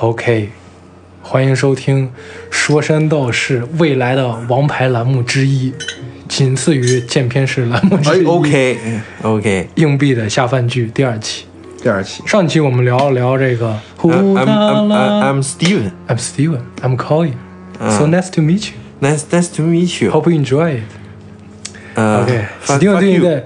OK，欢迎收听《说山道是》未来的王牌栏目之一，仅次于《见片式》栏目之哎一。 ，OK OK，硬币的下饭剧第二期。第二期。上期我们聊了聊这个 Who 呃 da I'm I'm la- I'm Uh. I'm Steven. I'm Steven. I'm Colin. So nice to meet you. Nice nice to meet you. Hope you enjoy it. 呃 OK， fuck- 斯蒂文 fuck 最近 you 在，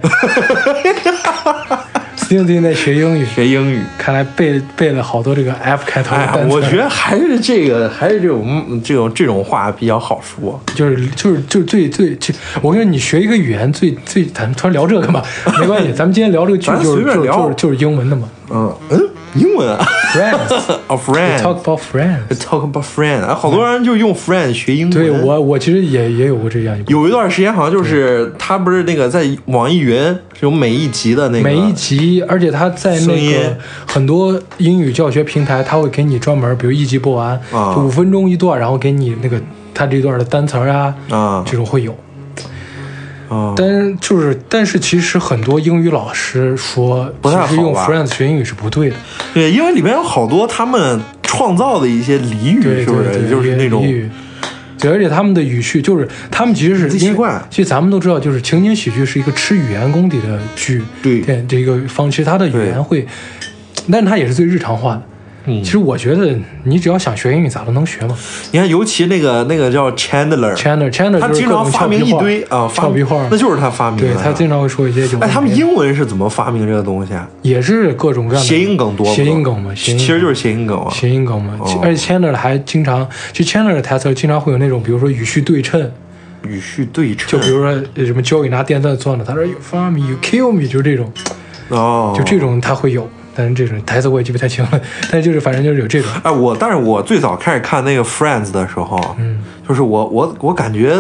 斯蒂文最近在学英语，学英语。看来背背了好多这个 F 开头哎的呀单，词。我觉得还是这个，还是这种这种这种话比较好说。就是就是就是最最最，我跟你说，你学一个语言最最，咱们突然聊这干嘛？没关系，咱们今天聊这个剧咱就是随便就是聊就是就是英文的 嘛。嗯嗯，英文啊 Friends，talk ，a friend。 about friends。 Talk about friend，啊好多人就用 friend 学英文。对我我其实也也有过这样一部，有一段时间好像就是他不是那个在网易云是有每一集的那个每一集，而且他在声那音个很多英语教学平台，他会给你专门，比如一集播完，啊就五分钟一段，然后给你那个他这段的单词儿啊，啊这种会有。啊但是就是，但是其实很多英语老师说，不太其实用好吧 friends 学英语是不对的。对，因为里面有好多他们创造的一些俚语，对，是不对是对就是那种俚语对，而且他们的语序就是，他们其实是习因为惯其实咱们都知道，就是情景喜剧是一个吃语言功底的剧，对这这个方，其实它的语对言会，但是它也是最日常化的。嗯其实我觉得，你只要想学英语，咋都能学嘛。你看，尤其那个那个叫 Chandler， Chandler Chandler 他就是经各常种发俏明皮一话堆啊，发俏皮话，那就是他发明的。对他经常会说一些有的没的。哎，他们英文是怎么发明这个东西啊？也是各种各样的谐音梗多不多，谐音梗嘛，谐音其实梗就是谐音梗啊。谐音梗嘛。哦而且 Chandler 还经常，其实 Chandler 的台词经常会有那种，比如说语序对称，语序对称，就比如说呃什么交给拿电钻钻的，他说哎 you farm me, you kill me，就是这种，哦，就这。种他会有，但是这种台词我也记不太清了， 但就是反正就是有这种，哎，我但是我最早开始看那个 Friends 的时候，嗯，就是我我我感觉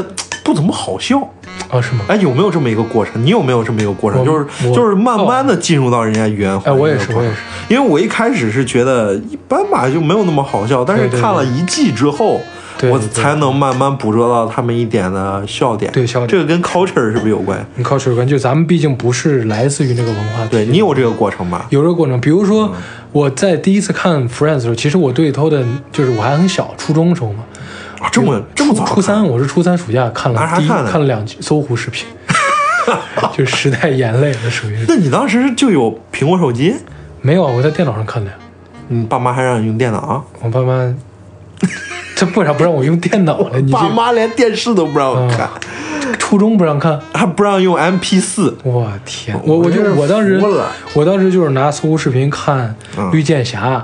不怎么好笑。哦是吗？哎，有没有这么一个过程？你有没有这么一个过程？我就是我哦就是慢慢的进入到人家语言环哎境我也的是过程我也是因为我一开始是觉得一般吧，就没有那么好笑，但是对对看了一季之后。对我对对才能慢慢捕捉到他们一点的笑点，对笑点这个跟 culture 是不是有关？你靠水关，就咱们毕竟不是来自于那个文化体对你有嗯这个过程吧？有这个过程。比如说，我在第一次看《Friends》的时候，其实我对头的就是我还很小，初中的时候嘛。啊，这么这么早看，初三，我是初三暑假看拿了啥第一看的看了两集搜狐视频， 就时代眼泪那属于是那你当时就有苹果手机？没有啊，我在电脑上看的呀。你爸妈还让你用电脑啊？我爸妈 这为啥不让我用电脑了？哎你爸这嗯妈连电视都不让我看，初中不让看？还不让用 MP 四。我天！我我我就真是我当时服了我当时就是拿搜狐视频看嗯《绿箭侠》。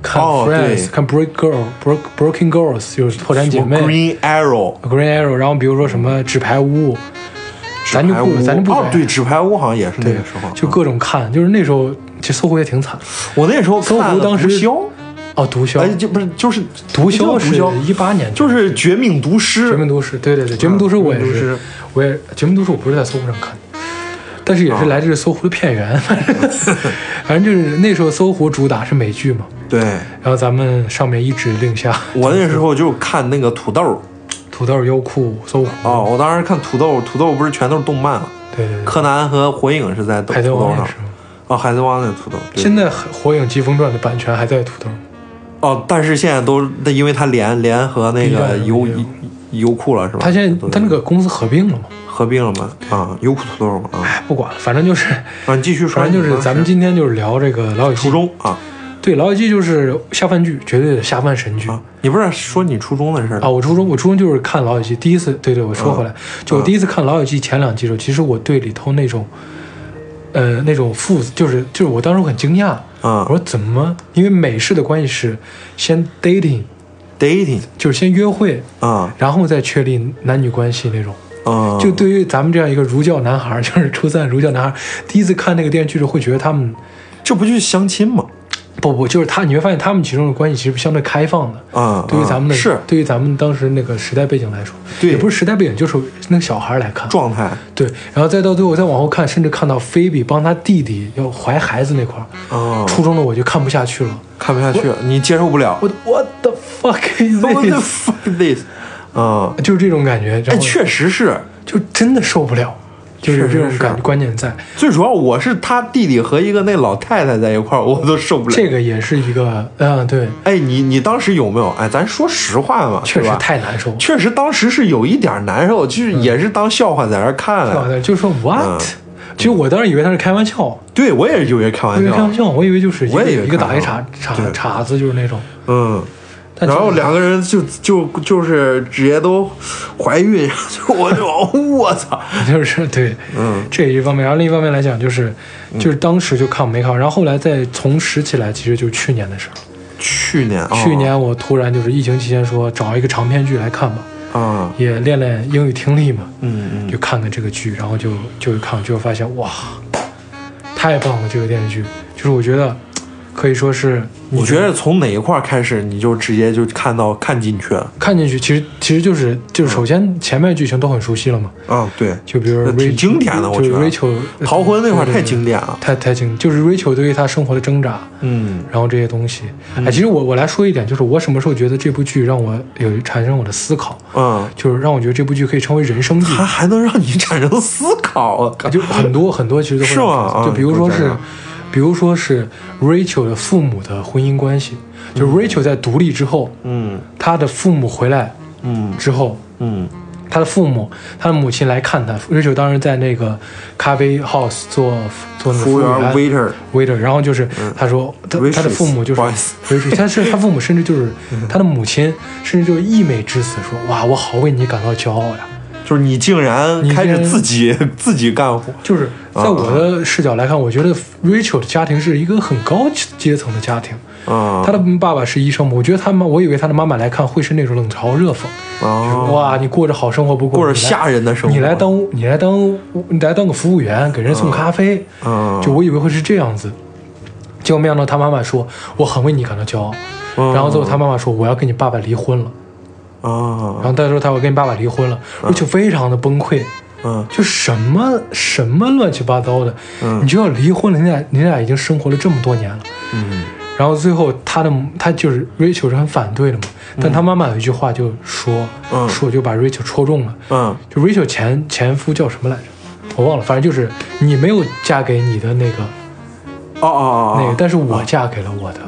看哦对 Friends，、看 Break Girl、Break Broken Girls，就是破产姐妹 Green Arrow， Green Arrow，然后比如说什么纸牌屋，咱就纸牌不屋咱就不哦，说对，纸牌屋好像也是那个时候。啊就各种看，就是那时候其实搜狐也挺惨。我那时候看搜狐当时毒枭，哦，毒枭，哎，就不是就是毒叫枭毒是枭，一八年，就是《绝命毒师《绝》命毒师》，对对对，《绝命毒师》我也啊绝命毒是师，我也《绝命毒师》我不是在搜狐上看的，但是也啊是来自搜狐的片源， 反正反正就是那时候搜狐主打是美剧嘛，对。然后咱们上面一指令下，我那时候就是看那个土豆土豆、优酷、搜狐，哦，我当时看土豆，土豆不是全都是动漫了，对对对，柯南和火影是在土海贼豆王上也是。哦，海贼王那土豆，对现在《火影疾风传》的版权还在土豆，哦，但是现在都那因为它连连和那个一样优一样优酷了是吧？他现在都他那个公司合并了嘛，合并了嘛？啊，优酷土豆嘛啊，哎，不管了，反正就是，啊，你继续说，反正就是咱们进今天就是聊这个《老友记初》，中啊对，《老友记》就是下饭剧，绝对的下饭神剧。啊，你不是说你初中的事儿啊，我初中我初中就是看《老友记》，第一次对对，我说回来，就我第一次看《老友记》前两季的时候，其实我对里头那种，呃，那种父子，就是就是我当时很惊讶，我啊说怎么？因为美式的关系是先 dating， ？dating 就是先约会，啊然后再确立男女关系那种。啊，就对于咱们这样一个儒教男孩儿，就是初三儒教男孩儿，第一次看那个电视剧的时候，会觉得他们这不就是相亲吗？不不，就是他，你会发现他们其中的关系其实相对开放的。啊，对于啊咱们的、是对于咱们当时那个时代背景来说，对也不是时代背景，就是那个小孩儿来看，状态对，然后再到最后再往后看，甚至看到菲比帮他弟弟要怀孩子那块儿，啊，初中的我就看不下去了，看不下去，你接受不了。我 What the fuck is What the this？ fuck is this？啊，就是这种感觉，哎，然后确实是，就真的受不了。就是有是这种是感观念在。最主要我是他弟弟和一个那老太太在一块儿，我都受不了。这个也是一个，嗯，对，哎，你你当时有没有？哎，咱说实话嘛，确对实吧太难受了。确实当时是有一点难受，就是也是当笑话在那儿看啊笑了。的，就说 what？、其实我当时以为他是开玩笑，对我也是以为开我以玩为开笑玩，笑，我以为就是一我个也以为一个打一开茬玩茬笑对茬子，就是那种。嗯。但然后其实两个人就就就是直接都怀孕， 就我就我操，就是对，嗯，这一方面，然后另一方面来讲，就是就是当时就看没看，然后后来再重拾起来，其实就去年的事儿。去年啊去年我突然就是疫情期间说找一个长篇剧来看吧，啊，也练练英语听力嘛，嗯嗯，就看看这个剧，然后就就看，就发现哇，太棒了！这个电视剧，就是我觉得可以说是你觉得从哪一块儿开始你就直接就看到看进去了？看进去，其实其实就是就是首先前面剧情都很熟悉了嘛，啊，对，就比如那 Rachel, 挺经典的我觉得 Rachel 呃逃婚那块儿太经典，典了，太太经，就是 Rachel 对于她生活的挣扎，嗯然后这些东西。哎，其实我我来说一点，就是我什么时候觉得这部剧让我有产生我的思考，嗯，就是让我觉得这部剧可以称为人生剧。哎它还能让你产生思考，啊我靠就很多很多其实都会是吗啊就比如说你给我讲是讲，比如说是 Rachel 的父母的婚姻关系，就是 Rachel 在独立之后，嗯她的父母回来嗯之后，嗯她的父母，她的母亲来看她。Rachel 当时在那个咖啡 house 做做那个服务员 waiter 嗯 waiter，然后就是她说她她的 Waitress，父母就是不好意思嗯 waitress，但是她父母甚至就是她的母亲，甚至就是溢美之词说哇，我好为你感到骄傲呀。就是你竟然你开竟始然自己自己干活，就是在我的视角来看，我觉得 Rachel 的家庭是一个很高阶层的家庭。啊，他的爸爸是医生嘛，我觉得他妈，我以为他的妈妈来看会是那种冷嘲热讽，啊，哇，你过着好生活不过，过着你来吓人的生活，你来当你来当你来当个服务员，给人送咖啡，啊，就我以为会是这样子，结果没想到他妈妈说我很为你感到骄傲，嗯然后最后他妈妈说我要跟你爸爸离婚了，然啊，后他说他要跟你爸爸离婚了，我就非常的崩溃。嗯就什么什么乱七八糟的，你就要离婚了，你俩你俩已经生活了这么多年了，嗯然后最后他的他就是 Rachel 是很反对的嘛，但他妈妈有一句话就说、嗯说就把 Rachel 戳中了，嗯就 Rachel 前前夫叫什么来着？我忘了，反正就是你没有嫁给你的那个、哦哦那个哦，，但是我嫁给了我的，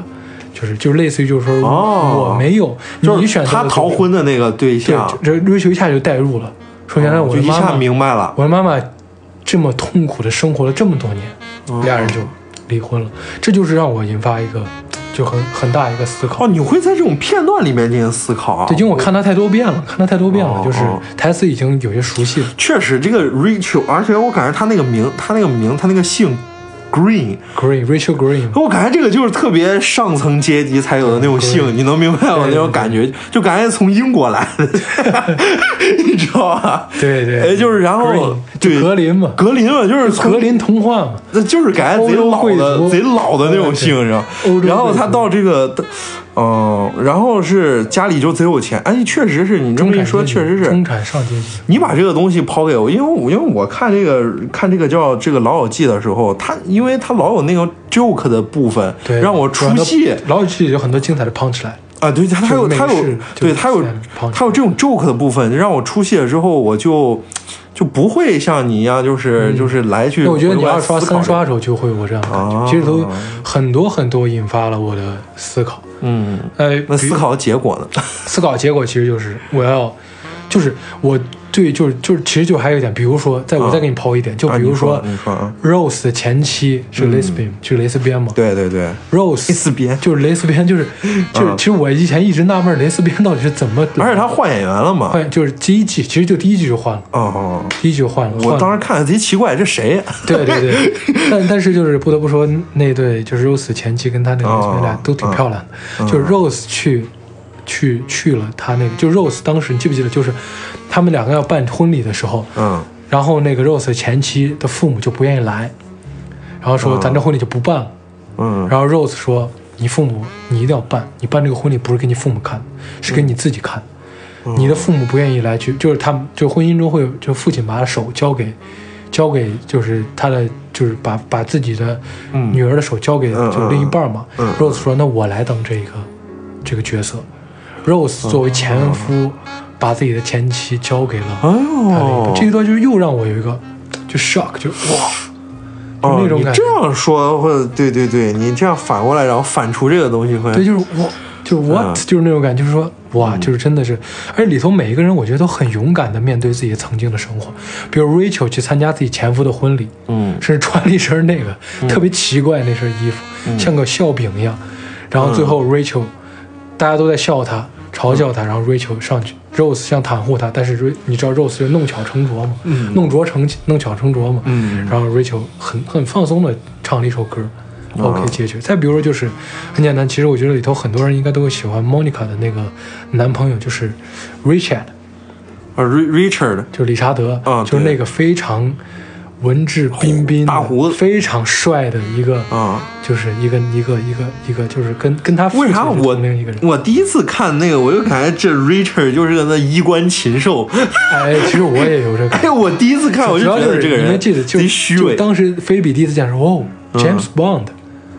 就是就类似于就是说、哦我没有，就你是选择他了逃就是婚的那个对对象，，这 Rachel 一下就带入了，说原来我啊哦就的一妈下妈明白了，我的妈妈这么痛苦的生活了这么多年，哦俩人就离婚了，这就是让我引发一个就很很大一个思考哦，。你会在这种片段里面进行思考啊？对，因为我看他太多遍了，看他太多遍了，哦就是哦台词已经有些熟悉了。确实这个 Rachel，而且我感觉他那个名，他那个名，他那个姓 Green， Green Rachel Green， 我感觉这个就是特别上层阶级才有的那种姓，你能明白我那种感觉？就感觉从英国来 的，你知道吧？对对，哎，就是然后 Green，对就格林嘛，格林嘛，就是从格林童话嘛，那就是感觉贼老欧洲贵族的、贼老的那种姓，然欧洲贵族然后他到这个，嗯、然后是家里就贼有钱，哎，确实是你这么一说，中产阶级确实是中。产上阶级。你把这个东西抛给我，因为我因为我看这个看这个叫这个《老友记》的时候，他因为他老有那个 joke 的部分，对，让我出戏老友记有很多精彩的 punch line，啊，对他他有就美他有式对就他有是旁他有这种 joke 的部分，让我出戏了之后，我就就不会像你一样，就是、就是来去嗯 那我觉得你回过来二刷、思考三这个，刷的时候就会有这样的感觉，啊其实都很多很多引发了我的思考。嗯，呃，那比思考的结果呢？ 思考结果其实就是我要，就是我对，就是就是其实就还有一点，比如说，在我再给你抛一点，就啊比如你说,、说你说啊 Rose 的前妻是 lesbian，、就是蕾丝边嘛对对对， ，Rose 蕾丝边就是蕾丝边，就是就是、其实我以前一直纳闷蕾丝边到底是怎么，而且他换演员了嘛。换就是第一季，其实就第一季就换了，哦，第一季就换了，换我了当时看着贼奇怪，这谁？ 对对对，但但是就是不得不说，那对就是 Rose 前妻跟她那个哦那俩都挺漂亮的，就是 Rose 去去去了她那个，就 Rose 当时你记不记得，就是他们两个要办婚礼的时候，嗯，然后那个 Rose 前妻的父母就不愿意来，然后说咱这婚礼就不办了，嗯，然后 Rose 说你父母你一定要办，你办这个婚礼不是给你父母看，是嗯给你自己看。你的父母不愿意来去，就是他们就婚姻中会有，就父亲把手交给，交给就是他的，就是把把自己的嗯女儿的手交给嗯就另一半嘛。嗯嗯 Rose 说：“那我来当这个这个角色。”Rose 嗯作为前夫，把自己的前妻交给了哎他那个，呦，这一段就是又让我有一个就 shock，就哇，哦，那种感你觉这样说会，对对对，你这样反过来，然后反刍这个东西会，对，就是我，就是 what，、嗯就是那种感觉，就是说哇，就是真的是，而且里头每一个人，我觉得都很勇敢的面对自己曾经的生活，比如 Rachel 去参加自己前夫的婚礼，嗯甚至穿了一身那个、特别奇怪那身衣服，嗯像个笑柄一样，然后最后 Rachel，、大家都在笑他。嘲笑嗯他，然后 Rachel 上去，Rose 想袒护他，但是 Ra- 你知道 Rose 就弄巧成拙嘛，嗯弄拙成弄巧成拙嘛，嗯然后 Rachel 很很放松的唱了一首歌啊，OK 结局。再比如说就是很简单，其实我觉得里头很多人应该都会喜欢 Monica 的那个男朋友，就是 Richard，啊，Ri-，Richard，就是理查德，啊就是那个非常文质彬彬的、大胡子非常帅的一个，啊，就是一个一个一个一个，就是跟跟他父为亲啥是我同龄一个人。我第一次看那个，我就感觉这 Richard 就是个那衣冠禽兽， 哎，其实我也有这感哎，觉。我第一次看我主就要觉就得是这个你还人记得就贼虚就伪当时菲比第一次见的时候，哦，James Bond，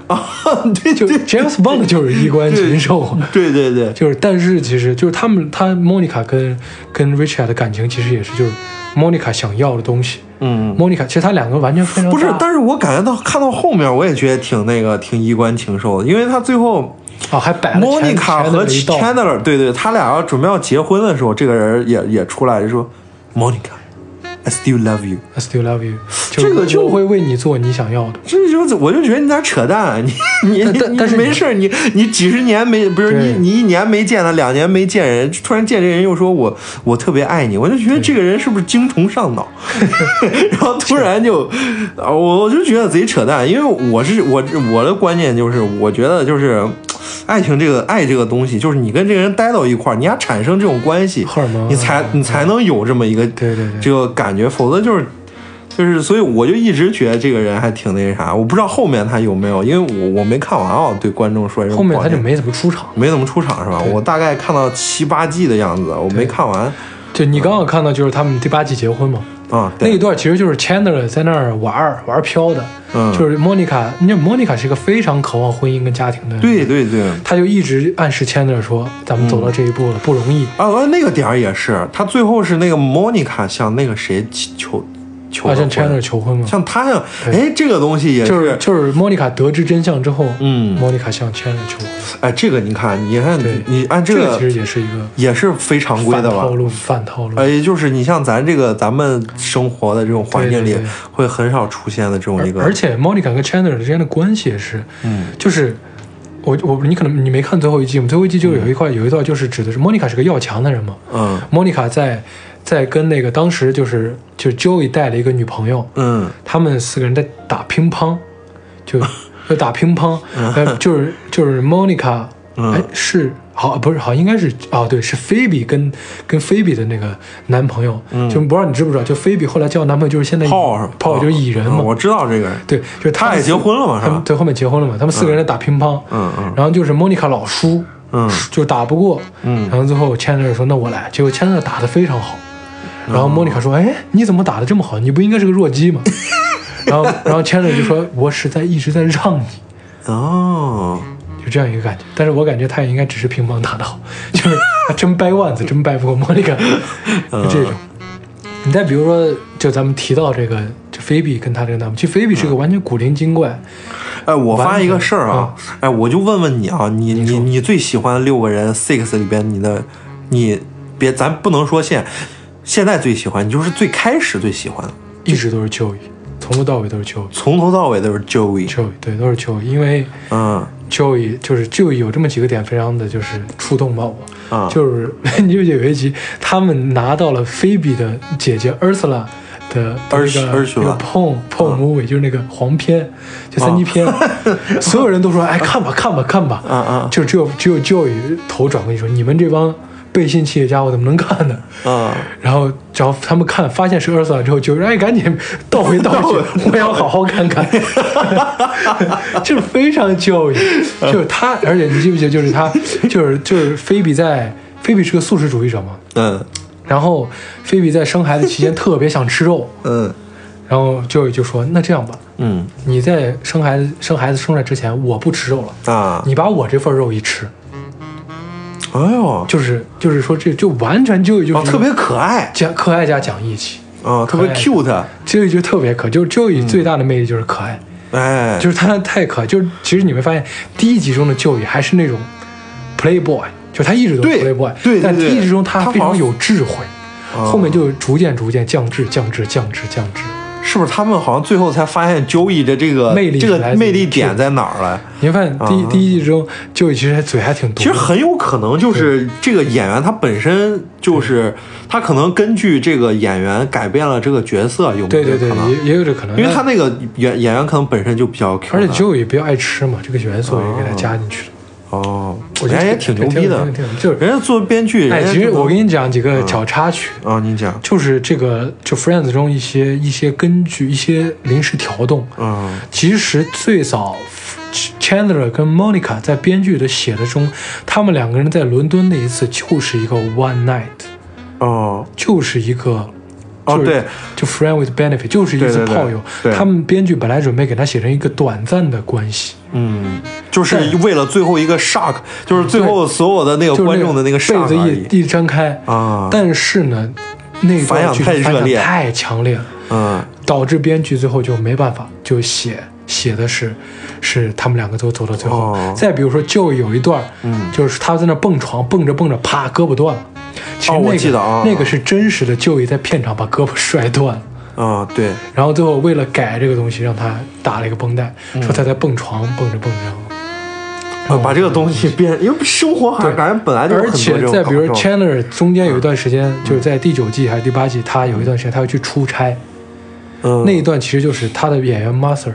啊， 对就对 James Bond 就是衣冠禽兽。 对对对，就是，但是其实就是他们，他 Monica 跟跟 Richard 的感情其实也是，就是 Monica 想要的东西。嗯。 Monica 其实他两个完全非常不是搭，但是我感觉到看到后面，我也觉得挺那个，挺衣冠禽兽的，因为他最后啊还摆了 Monica 和 c h a Chandler，对对，他俩要准备要结婚的时候，这个人也也出来就说，Monica，I still love you。 I still love you，这个就就我会为你做你想要的。这就我就觉得你咋扯淡、啊，你 你但但你但是你你没事儿，你你几十年没不是对你你一年没见他，两年没见人，突然见这人又说我我特别爱你，我就觉得这个人是不是精虫上脑？ 然后突然就，啊我我就觉得贼扯淡，因为我是我我的观念就是，我觉得就是。爱情这个爱这个东西，就是你跟这个人待到一块儿，你俩产生这种关系，荷尔蒙啊你才你才能有这么一个对对对这个感觉，否则就是就是，所以我就一直觉得这个人还挺那啥，我不知道后面他有没有，因为我我没看完啊。对观众说一声后面抱他歉就没怎么出场。没怎么出场是吧？我大概看到七八季的样子，我没看完就你刚刚看到，就是他们第八季结婚嘛，啊。那一对，段其实就是 Chandler 在那儿玩儿玩儿飘的，嗯就是 Monica，你知道 Monica 是一个非常渴望婚姻跟家庭的，，对对对。他就一直暗示 Chandler 说，咱们走到这一步了，不容易。啊，呃那个点儿也是，他最后是那个 Monica 向那个谁求求啊，的向婚， Chandler 求婚嘛，像他像，对哎，这个东西也就是就是 Monica 得知真相之后，嗯，Monica 向 Chandler 求婚，哎，这个你看，你看对你按这这个个其实也是一个也是非常规反的吧套？路，反套路。哎，就是你像咱这个咱们生活的这种环境对里对对，会很少出现的这种一个，而而且 Monica 跟 Chandler 之间的关系也是，嗯就是我我你可能你没看最后一季嘛，最后一季就有一块、有一段就是指的是 Monica 是个要强的人嘛嗯，Monica 在在跟那个当时就是就 Joey 带了一个女朋友，嗯他们四个人在打乒乓， 就就打乒乓，呃，就是就是 Monica，嗯哎是好不是好应该是哦对是菲比跟跟菲比的那个男朋友，就不知道你知不知道，就菲比后来交男朋友就是现在嗯炮是吧炮就是蚁人嘛，嗯我知道这个人，对，就是他他们也四结婚了嘛，他是们吧？对后面结婚了嘛，他们四个人在打乒乓，嗯嗯然后就是 Monica 老输，嗯就打不过，嗯然后最后 Chandler 说那我来，结果 Chandler 打得非常好，然后 Monica 说，哎，你怎么打得这么好？你不应该是个弱鸡吗？ 然后然后 Chandler 就说，我实在一直在让你。哦，就这样一个感觉，但是我感觉他也应该只是乒乓打得好， 就是他真掰腕子，真掰不过莫 妮卡，嗯就这种。你再比如说，就咱们提到这个，就菲比跟他这个男朋友，其实菲比是个完全古灵精怪，哎，我发现一个事儿啊，嗯哎，我就问问你啊，你你你最喜欢六个人 Six 里边你的，你别咱不能说现现在最喜欢，你就是最开始最喜欢，一直都是 Joey，从头到尾都是 Joey，Joey 从头到尾都是 Joey，对，都是 Joey，因为嗯 Joey 就是 Joey 有这么几个点非常的就是触动到我，啊就是 你就有一集他们拿到了菲比的姐姐 Ursula 的的那个 Urs- 那 Ursula 个 Pong 啊 Pong movie 就是那个黄片，就三级片， 所有人都说哎看吧看吧看吧，啊啊就只有只有 Joey 头转过去说你们这帮背信弃义的家伙怎么能看呢？啊。然后，然后他们看发现是 Ursula 之后，就哎，赶紧倒回倒去，我要好好看 看，就是非常教育，就是他，而且你记不记得，就是他，就是就是菲比在，菲比是个素食主义者嘛，嗯然后菲比在生孩子期间特别想吃肉，嗯然后就就说那这样吧，嗯你在生孩子生孩子生出来之前，我不吃肉了，啊，你把我这份肉一吃，哎呦，就是就是说这就完全就就是、哦，特别可爱讲可爱加讲义气。啊，特别可爱 cute， Joey 就特别可，就是 Joey 最大的魅力就是可爱，哎，就是他太可爱。就是其实你会发现，第一集中的 Joey 还是那种 playboy，就他一直都是对 playboy，对对但第对一集中他他好非像啊常有智慧，后面就逐渐逐渐降智，降智，降智，降智。是不是他们好像最后才发现 Joey 的这个魅力这是来个自于魅力点在哪儿了？你会发现第一第一季中 Joey 其实还嘴还挺毒啊其实的，很有可能就是这个演员他本身就是他可能根据这个演员改变了这个角色，有没对有这对个对可能？，也也有这可能，因为他但那个演演员可能本身就比较 Q，而且 Joey 比较爱吃嘛，这个元素也给他加进去了。哦，我啊人觉得家也挺牛逼的挺挺挺，就是人家作为编剧，哎，人家其实我跟你你讲几个小插曲，啊，你讲，就是这个就 Friends 中一些一些根据一些临时调动，嗯其实最早 Chandler 跟 Monica 在编剧的写的中，他们两个人在伦敦那一次就是一个 one night，哦就是一个。哦就是对，就 friend with benefit 就是一对次对对炮友。对他们编剧本来准备给他写成一个短暂的关系，嗯，就是为了最后一个 shock，就是最后所有的那个就是观众的那个被 shock 子而一已一张开啊但是呢，那反段响剧太的反热响烈太强烈了，嗯导致编剧最后就没办法，就写写的是是他们两个都走到最后。哦再比如说，就有一段，嗯就是他在那蹦床，蹦着蹦着，啪，胳膊断了。其实哦那个、我记得啊那个是真实的，就也在片场把胳膊摔断了。啊对，然后最后为了改这个东西，让他打了一个绷带，嗯说他在蹦床蹦着蹦着，然后啊把这个东西变，因为生活好像对感觉本来就有而很多且这在种嗯比如说搞笑 Chandler 中间有一段时间，就是在第九季还是第八季，他有一段时间他要去出差，嗯那一段其实就是他的演员 Master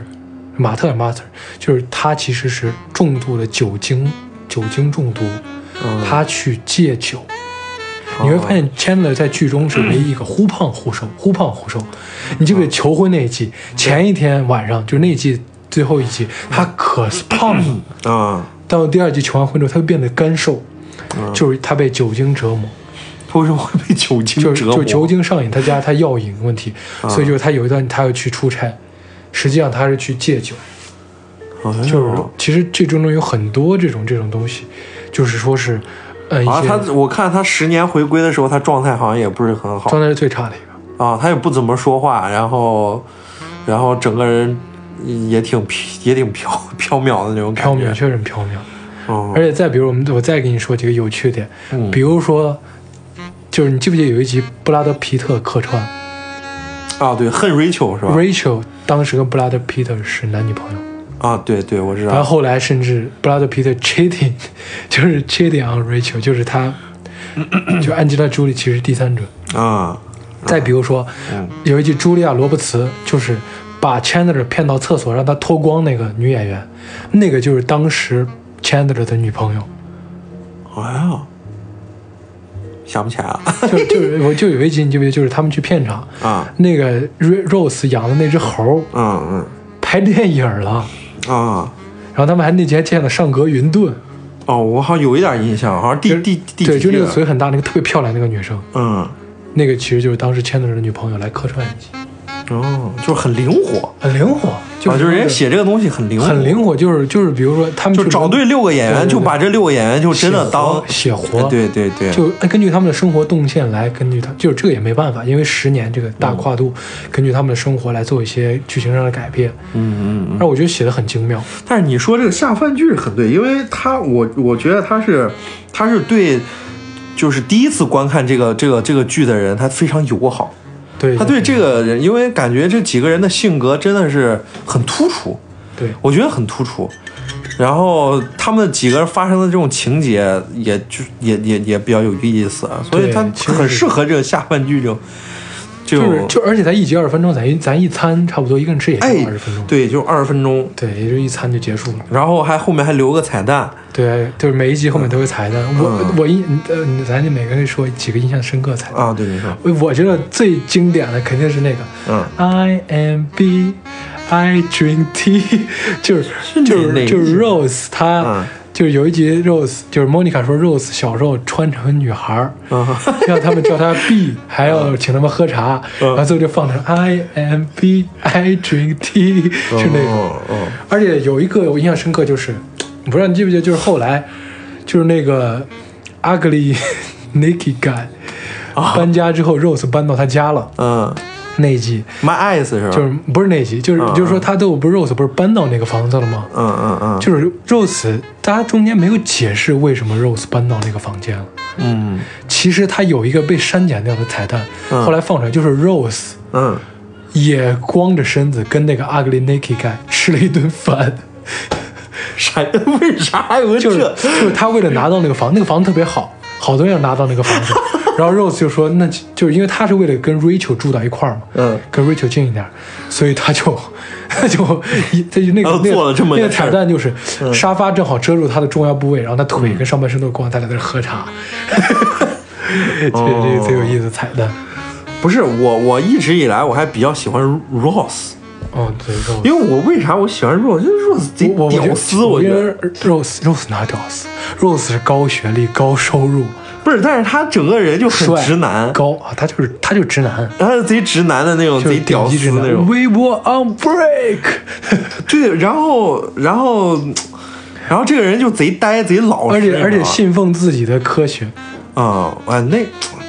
马特 Master，就是他其实是重度的酒精酒精中毒，嗯哦他去戒酒。你会发现，Chandler 在剧中是唯一一个忽胖忽瘦，忽胖忽瘦。你记不记得求婚那一季？嗯前一天晚上，就是那一季最后一集，他可胖了。啊，到第二季求完婚之后，他又变得干瘦，嗯就是他被酒精折磨，他为什么会被酒精就是折磨？啊就酒精上瘾，他加他药瘾问题，所以就是他有一段他要去出差，实际上他是去戒酒，哎呦就是其实这中中有很多这种这种东西，就是说是，呃，一啊，些他我看他十年回归的时候，他状态好像也不是很好状态是最差的一个。啊，他也不怎么说话，然后然后整个人也挺飘也挺飘飘渺的那缥种感缈觉。确实很缥缈，嗯而且再比如我们我再给你说几个有趣点，嗯比如说，就是你记不记得有一集布拉德皮特客串啊，对，恨 Rachel 是吧？ Rachel，当时跟布拉德皮特是男女朋友。啊，对对，我知然后道。后来甚至布拉德皮特 cheating，就是 cheating on Rachel，就是他，就安吉拉·朱莉其实是第三者。啊，再比如说，嗯有一集茱莉亚·罗伯茨就是把 Chandler 骗到厕所让他脱光那个女演员，那个就是当时 Chandler 的女朋友。哎呀，想不起来了 就 就是我就有一集你记不记得，就是他们去片场，啊，那个 Ro- Rose 养的那只猴嗯拍电影了，嗯啊。然后他们还那集还见了上格云顿，哦，我好像有一点印象，好像第第第对，几就那季个了嘴很大那个特别漂亮那个女生。嗯，那个其实就是当时 Chandler 的女朋友来客串一集，哦，就是很灵活，很灵活，就啊，是、就是人家写这个东西很灵活，很灵活，就是就是比如说他们就去找伦对六个演对员，对就把这六个演员就真的当写活，对对对，就哎根据他们的生活动线来，根据他就是这个也没办法，因为十年这个大跨度，根据他们的生活来做一些剧情上的改变，嗯嗯嗯嗯。让我觉得写的很精妙。但是你说这个下饭剧很对，因为他我我觉得他是他是对，就是第一次观看这个这个这个剧的人，他非常友好，对，他啊对这个人，因为感觉这几个人的性格真的是很突出，对我觉得很突出。然后他们几个人发生的这种情节，也就也也也比较有意思，啊所以对他其实很是适合这个下饭剧这种，这就是种就而且咱一集二十分钟，咱一咱一餐差不多一个人吃也就哎二十分钟，，对，就二十分钟，对，也就一餐就结束了。然后还后面还留个彩蛋，对，就是每一集后面都有彩蛋。我嗯我印呃，咱就每个人说几个印象深刻的彩蛋。啊，对，没错，我我觉得最经典的肯定是那个、嗯 I am B, I drink tea，就是 哪就是哪就一是集 Rose 她、嗯就是有一集 Rose 就是 Monica 说 Rose 小时候穿成女孩儿，嗯 让他们叫她 B，还要请他们喝茶，嗯然后最后就放成 I am B, I drink tea，就那种。哦哦而且有一个我印象深刻，就是我不知道你记不记得，就是后来就是那个 哦 ugly Nicky guy 搬家之后，Rose 搬到他家了，嗯那一集， My eyes 是吧？就是不是那一集，就是、嗯就是说他都不是 Rose 不是搬到那个房子了吗？嗯嗯嗯，就是 Rose，他中间没有解释为什么 Rose 搬到那个房间了。嗯其实他有一个被删减掉的彩蛋，嗯后来放出来就是 Rose 嗯，也光着身子跟那个 Ugly Naked Guy 吃了一顿饭， 啥？为啥还有个就是 这？就是他为了拿到那个房，那个房子特别好，好多人要拿到那个 房子，然后 Rose 就说那就就是因为他是为了跟 Rachel 住到一块儿嘛，嗯跟 Rachel 近一点儿，所以他就 他就一他就那个然后那个哦做了这么那个个事儿嗯彩蛋就是沙发正好遮住他的重要部位，然后他腿跟上半身都是光，他俩在那儿喝茶，哦 这这个最有意思的彩蛋。不是我，我一直以来我还比较喜欢 Rose，哦，对，Rose，因为我为啥我喜欢 Rose？就是 Rose 贼我我屌丝，我觉得 Rose Rose 哪屌丝？Rose 是高学历、高收入、不是，但是他整个人就很帅、直男，高啊，他就是他就是直男，他是贼直男的那种，就是贼屌顶丝级直男那种。 We were on break，对，然后然后然后这个人就贼呆贼老实，而且而且你知道吗信奉自己的科学，啊啊那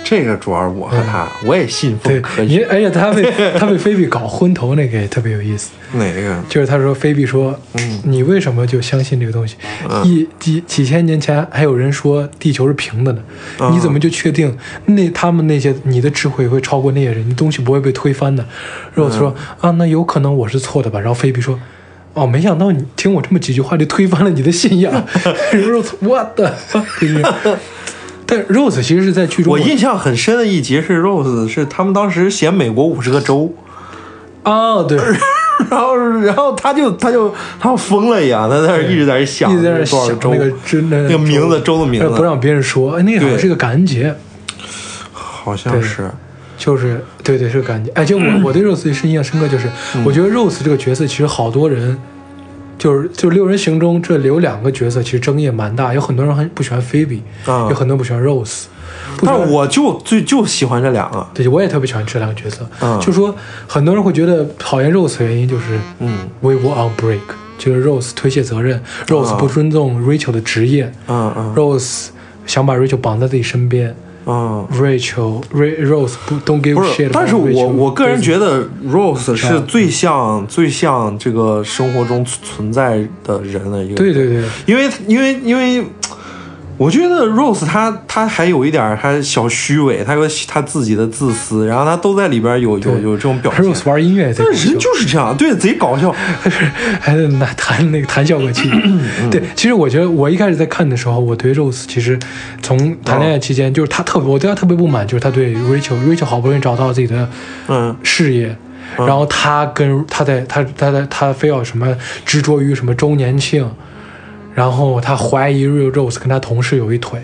这个主要是我和他，我也信奉嗯对科，你学而且他被他被菲比搞昏头那个也特别有意思。哪个就是他说，菲比说，嗯你为什么就相信这个东西？一几几千年前还有人说地球是平的呢，嗯你怎么就确定那他们那些你的智慧会超过那些人，你东西不会被推翻的？Rose 说、嗯啊，那有可能我是错的吧？然后菲比说。哦，没想到你听我这么几句话就推翻了你的信 仰，Rose，我的，就是但 Rose 其实是在剧中我印象很深的一集是 Rose 是他们当时写美国五十个州， 哦，对，然后然后他就他就他疯了一样，他在那儿一直在那儿想一直在那儿是多少想州那个真的呃那个名字州的名字，不让别人说，哎那个好像对是个感恩节，好像对是就是对对是个感觉，哎，就嗯我我对 Rose 最印象深刻就是，我觉得 Rose 这个角色其实好多人，就是就是六人行中这有两个角色其实争议蛮大，有很多人很不喜欢菲比，啊有很多人不喜欢 Rose，不喜欢但我就最就喜欢这两个，对我也特别喜欢这两个角色，嗯就说很多人会觉得讨厌 Rose 的原因就是，嗯，We were on break，就是 Rose 推卸责任，Rose 不尊重 Rachel 的职业、嗯啊嗯 r o s e 想把 Rachel 绑在自己身边。嗯。 Rachel, Ra- Rose 不 don't give 不 shit 是， about 但是我 Rachel 我个人 Daisy 觉得 Rose 是最像最像这个生活中存在的人的一个，对对对，因为因为因为我觉得 Rose 她她还有一点儿她小虚伪，她有她自己的自私，然后她都在里边有有有这种表还现有。玩音乐也在但搞是笑人，就是这样，对，贼搞 笑。还在哎那弹那个弹效果器。嗯 对，其实我觉得我一开始在看的时候，我对 Rose 其实从谈恋爱期间，就是他特别，我对他特别不满，就是他对 Rachel，Rachel 好不容易找到自己的嗯事业。然后他跟他在他他在他非要什么执着于什么周年庆，然后他怀疑 Real Rose 跟他同事有一腿，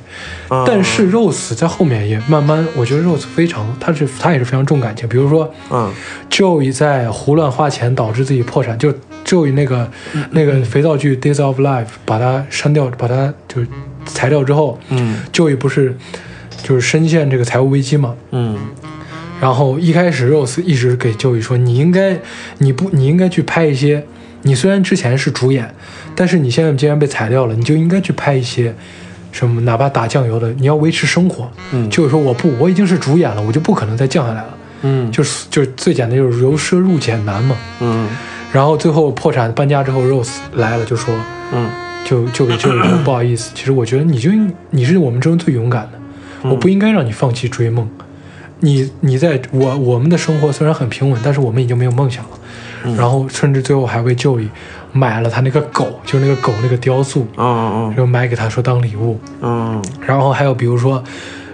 嗯但是 Rose 在后面也慢慢，我觉得 Rose 非常，他是他也是非常重感情。比如说，嗯 Joey 在胡乱花钱导致自己破产，就 Joey 那个、嗯那个肥皂剧《Days of Life》把它删掉，把它就是裁掉之后，嗯 Joey 不是就是深陷这个财务危机嘛？嗯然后一开始 Rose 一直给 Joey 说，你应该你不你应该去拍一些，你虽然之前是主演，但是你现在既然被裁掉了，你就应该去拍一些。什么，哪怕打酱油的，你要维持生活。嗯 Joey 说我不，我已经是主演了，我就不可能再降下来了。嗯就是就是最简单就是由奢入俭难嘛。嗯然后最后破产搬家之后，Rose 来了就说，嗯就就给 Joey 说不好意思，其实我觉得你就应你是我们中最勇敢的，我不应该让你放弃追梦。你你在我我们的生活虽然很平稳，但是我们已经没有梦想了。然后甚至最后还为 Joey 买了他那个狗，就是那个狗那个雕塑，嗯然后买给他说当礼物。嗯然后还有比如说，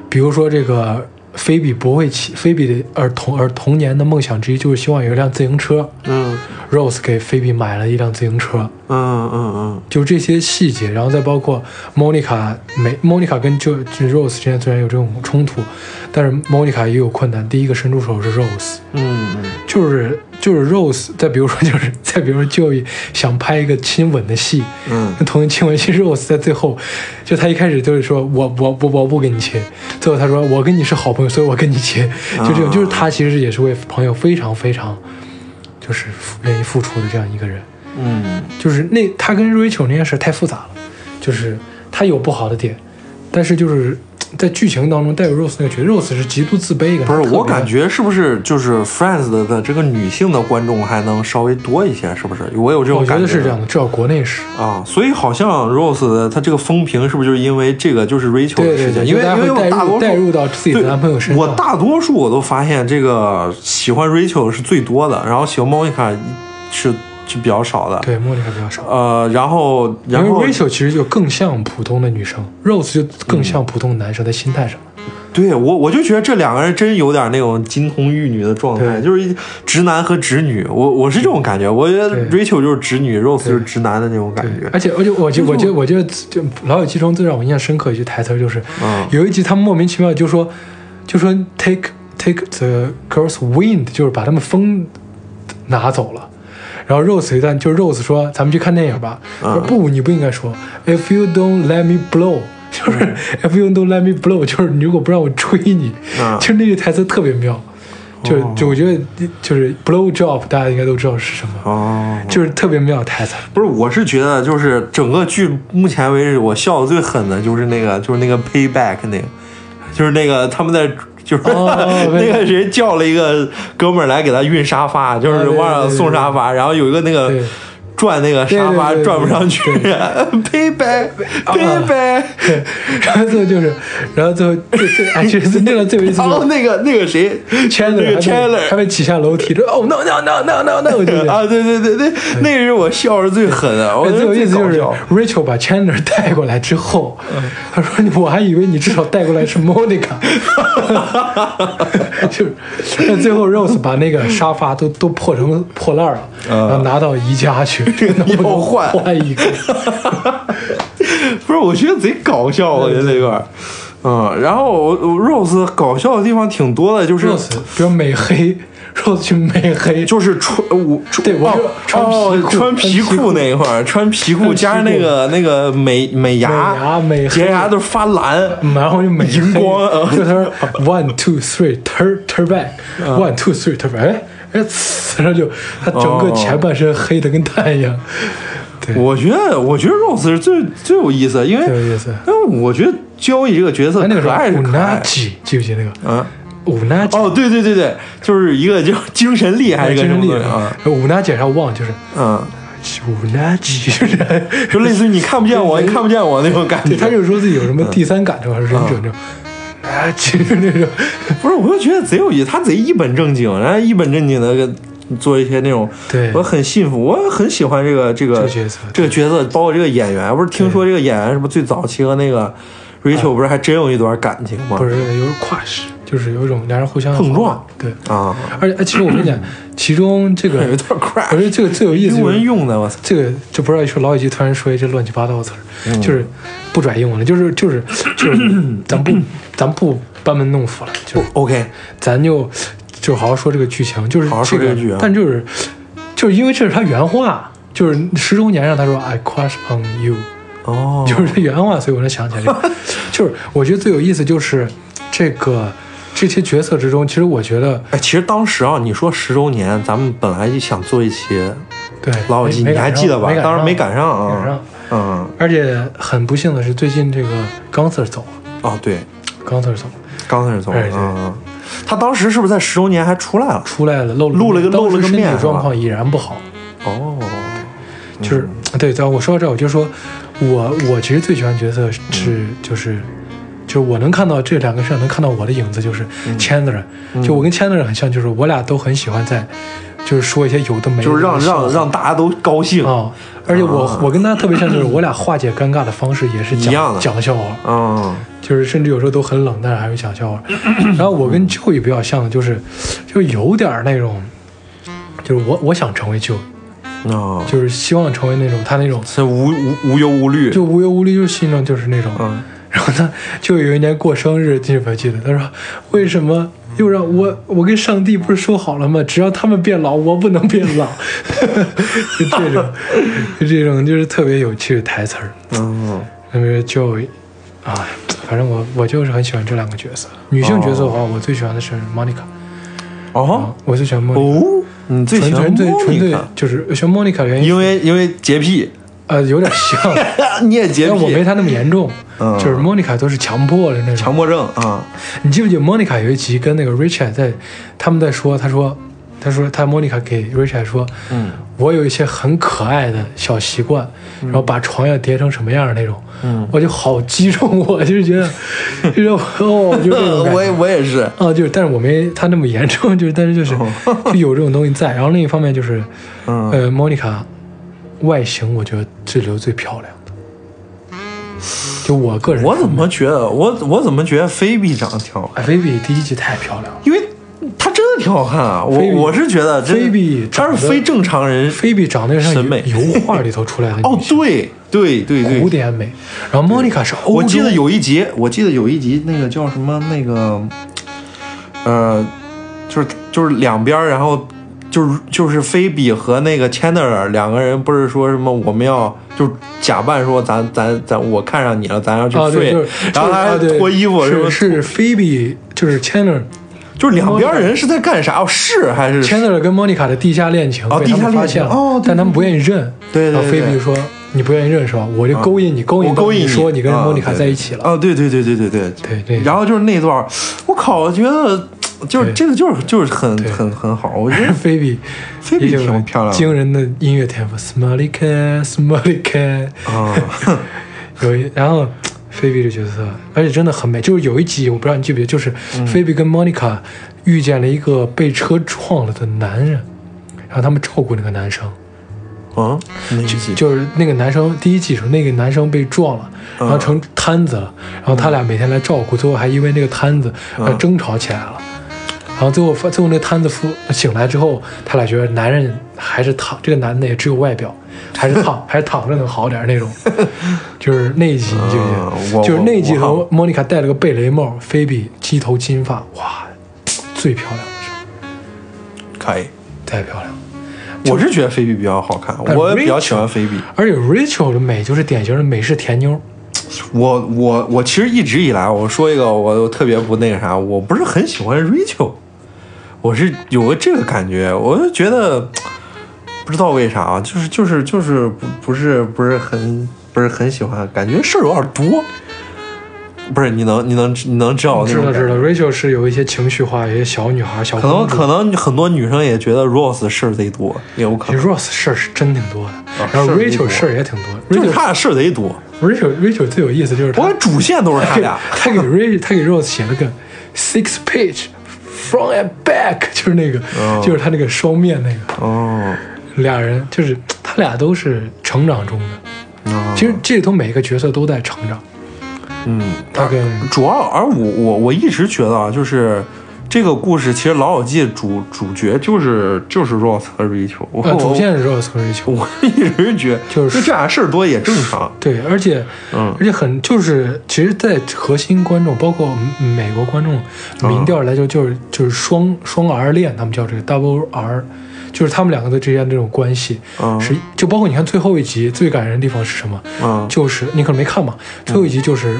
比如说这个菲比不会骑，菲比的儿童儿童年的梦想之一就是希望有一辆自行车。嗯 Rose 给菲比买了一辆自行车，嗯嗯就这些细节，然后再包括 Monica 没 Monica 跟就就 Rose 之间虽然有这种冲突，但是 Monica 也有困难。第一个伸出手是 Rose，嗯就是就是 Rose，再比如说就是再比如说 Joey 想拍一个亲吻的戏，嗯那同亲吻戏 Rose 在最后，就他一开始就是说我我我我不跟你亲，最后他说我跟你是好朋友，所以我跟你亲，啊就这种，就是他其实也是为朋友非常非常，就是愿意付出的这样一个人，嗯就是那他跟 Rachel 那件事太复杂了，就是他有不好的点，但是就是在剧情当中，戴维 Rose 那个角色，Rose 是极度自卑的。不她是特别我感觉是不是就是 Friends 的的这个女性的观众还能稍微多一些，是不是？我有这种我觉感得是这样的，至少国内是。啊，所以好像 Rose 的她这个风评是不是就是因为这个就是 Rachel 对的对事情？对，因为就大家因为会我带大入多数带入到自己的对男朋友身上。我大多数我都发现这个喜欢 Rachel 是最多的，然后喜欢 Monica 是是比较少的。对莫妮卡比较少，呃，然后然因后为 Rachel 其实就更像普通的女生，Rose 就更嗯像普通男生在心态上。对我我就觉得这两个人真有点那种金童玉女的状态，对就是一直男和直女。我我是这种感觉，我觉得对 Rachel 就是直女，Rose 就是直男的那种感对，觉。而且而且我觉就是我觉得我觉得就《老友记》中最让我印象深刻一句台词就是，嗯有一集他们莫名其妙就说就说 take take the girls wind，就是把他们风拿走了。然后 Rose 有一段就是 Rose 说：“咱们去看电影吧。嗯说不，你不应该说 “If you don't let me blow”，就是 “If you don't let me blow”，就是你如果不让我吹你，嗯哦就那句台词特别妙。就就我觉得就是 “blow job”，大家应该都知道是什么，哦，就是特别妙的台词。不是，我是觉得就是整个剧目前为止，我笑的最狠的就是那个，就是那个 payback 那个，就是那个他们在。就是哦 那个谁叫了一个哥们儿来给他运沙发，就啊是对往上对对送沙发，然后有一个那个对转那个沙发对对对对转不上去对 ，payback 啊 payback，对， 然后最后就是，然后最后最最哎，其实那个最后 一次然后 就哦那个那个谁那 Chandler 还被个还 Chandler 被挤下楼梯，说哦 no no no no no no，我就 啊，对对对对，那个是我笑是最狠的，我哎觉最得有意最思就搞是笑。嗯 Rachel 把 Chandler 带过来之后， 他说我还以为你至少带过来是 Monica，就是但最后 Rose 把那个沙发都都破成破烂了，然后拿到宜家 去，能不要能嗯换换一个？ 不是，我觉得贼搞笑，啊我觉得那段儿，嗯，然后我我 Rose 搞笑的地方挺多的，就是哦 Rose，比如美黑，Rose 去美黑，就是穿我穿对我哦就穿皮哦裤穿穿皮皮裤裤那一块儿，穿皮裤加上 那个那个美美美牙牙美洁牙都是发蓝，然后就美荧 光黑嗯就他说 one two three turn turn back，one two three turn back，哎哎，呲然后就他整个哦前半身黑的跟蛋一样，对， 我觉得我觉得 Rose 是最最有意思的，因为最有意思因为我觉得交易这个角色他那个时可候爱是可爱 Unaji 记不记得那个啊。 Unaji？哦，对对对对，就是一个叫精神力还是一个精什神么力东西啊？ ，Unaji 还忘了就是嗯， Unaji，就是 就类似于你看不见我，你看不见我那种感觉。对，他就说自己有什么第三感受还是什么这嗯种。啊，其实那种，不是，我就觉得贼有意思，他贼一本正经，然后一本正经的做一些那种，对我很信服，我很喜欢这个这这个个角色这个角色，包括这个演员。不是听说这个演员什么最早期和那个 Rachel 不是还真有一段感情啊吗？不是有种 crush，就是有一种两人互相啊碰撞，对，啊， 而且哎其实我跟你讲，其中这个有一段我觉 crash，得这个最有意思、英就文是，用的，我操，这个就不知道说老友记突然说一些乱七八糟的词儿，嗯就是不拽英文了，就是就是就是， 咱不咱不班门弄斧了，就是 OK，咱就就好好说这个剧情，就是好好说这这个剧啊但就是就是因为这是他原话，就是十周年让他说 I crush on you，哦，就是他原话，所以我能想起来、这 个。就是我觉得最有意思就是这个这些角色之中，其实我觉得哎，其实当时啊，你说十周年，咱们本来就想做一期对老友记，没你还记得吧？当时没赶上没赶啊上，嗯，而且很不幸的是，最近这个冈 Sir 走了，哦对，冈 Sir 走了，刚开始从哎对嗯，他当时是不是在十周年还出来了？出来了，露露了个当时露了个面身体状是吧况已然不好，哦，就是、嗯对。对，我说到这儿，我就说我我其实最喜欢角色是、嗯就是。就是我能看到这两个上能看到我的影子，就是嗯 Chandler，、就我跟 Chandler 很像，就是我俩都很喜欢在，就是说一些有的没的，就是让让让大家都高兴。啊、而且我、我跟他特别像，就是我俩化解尴尬的方式也是一样讲讲的笑话，嗯，就是甚至有时候都很冷，但是还会讲笑话。然后我嗯跟舅也比较像，就是就有点儿那种，就是我我想成为舅，哦，就是希望成为那种他那种这无无无忧无虑。就无忧无虑，就是心中就是那种。嗯，然后他就有一年过生日，记不记得？他说为什么？又让我，我跟上帝不是说好了吗？只要他们变老，我不能变老。 就这种，就这种，就是特别有趣的台词儿。嗯，那个 Joey，啊，反正我我就是很喜欢这两个角色。女性角色的话，我最喜欢的是 Monica，哦我最喜欢 Monica，哦，你最纯喜欢纯粹纯粹 Monica，就是喜欢 Monica 的原因，因为因为洁癖。呃，有点像， 你 也洁但我没癖，他那么严重。嗯就是 Monica 都是强迫的那种。强迫症啊，你记不记得 Monica 有一集跟那个 Richard 在，他们在说，他说，他说他 Monica 给 Richard 说，嗯我有一些很可爱的小习惯，然后把床要叠成什么样的那种，嗯，我就好击中我，就是觉得， 就是哦，就这种感觉。 呃我也我也是，啊，就是，但是我没他那么严重， 就是，但是 就是就有这种东西在。然后另一方面就是，嗯，呃，Monica 外形我觉得是留最漂亮的，就我个 人，我怎么觉得我我怎么觉得菲比长得挺好看，哎菲比第一集太漂亮了，因为她真的挺好看啊，我菲比我是觉得真的菲比她长是得非正常人，菲比长得像审美油油画里头出来的哦女，性对对对对古，典美，然后 Monica 是欧洲，我记得有一集，我记得有一集那个叫什么那个，呃，就是就是两边儿，然后就是就是菲比和那个 Chandler 两个人不是说什么我们要就是假扮说咱咱咱我看上你了，咱要去啊，对，睡，就是啊然后他还脱衣服是吧？是菲比，就是 Chandler 就是两边人是在干啥？哦，是还是 Chandler 跟 Monica 的地下恋情哦被他们地下恋情发现了，哦对但他们不愿意认。对对对啊然后菲比就说：“你不愿意认是吧？我就勾引你，勾引我到勾引你说你跟啊 Monica 对在一起了。啊？对对对对对对对对然后就是那段儿，我靠，我觉得就是对这个就是就是很对很很好，我觉 得菲比，菲也比有挺漂亮的惊人的音乐天赋。Smelly cat, smelly cat，啊。有一，然后菲比这角色，而且真的很美。就是有一集，我不知道你记不记得，就是菲比跟 Monica 遇见了一个被车撞了的男人，然后他们照顾那个男生。啊，那一集就是那个男生第一季时候，那个男生被撞了，嗯然后成瘫子了，然后他俩每天来照顾，最后还因为那个瘫子然嗯后争吵起来了，然后最后发最后那个瘫子复醒来之后，他俩觉得男人还是躺，这个男的也只有外 表，还是躺还是躺着能好点儿那种，就是那一集你记啊不记我得？就是那一集时我候，莫妮卡戴了个贝雷帽，菲比鸡头金发，哇，最漂亮的时候，可以。太漂亮了。我是觉得菲比比较好看，但我比较 Rachel- 喜欢菲比。而且 Rachel 的美就是典型的美式甜妞，我我我其实一直以来，我说一个我我特别不那个啥，我不是很喜欢 Rachel，我是有个这个感觉，我就觉得不知道为啥，啊，就是就是就是不不是不是很不是很喜欢，感觉事儿有点多。不是你能你能你能知道我那知道种感觉知道，Rachel 是有一些情绪化，有一些小女孩、小可能公主。可能很多女生也觉得 Rose 事儿贼多，也有可其实能， Rose 事儿是真挺多的，然后啊事儿也多 Rachel 事儿也挺多。就是 Rachel 他俩事儿贼多。 Rachel Rachel 最有意思就是我他感觉主线都是他他给 俩。他给 Rachel 他给 Rose 写了个 six page front and back，就是 那个、哦就是他那个双面那个，哦，俩人就是他俩都是成长中的。哦其实这里头每个角色都在成长，嗯，他跟主要而我我我一直觉得啊，就是这个故事其实《老友记》主主角就是就是 Ross 和 Rachel，我、呃主线是 Rose 和 Rachel。我 我一直觉得就是这俩事儿多也正常，对，而且，嗯而且很就是，其实，在核心观众，包括美美国观众嗯民调来说，就是就是双双 R 恋，他们叫这个 Double R，就是他们两个的之间这种关系，嗯是就包括你看最后一集最感人的地方是什么？嗯就是你可能没看嘛，最后一集就是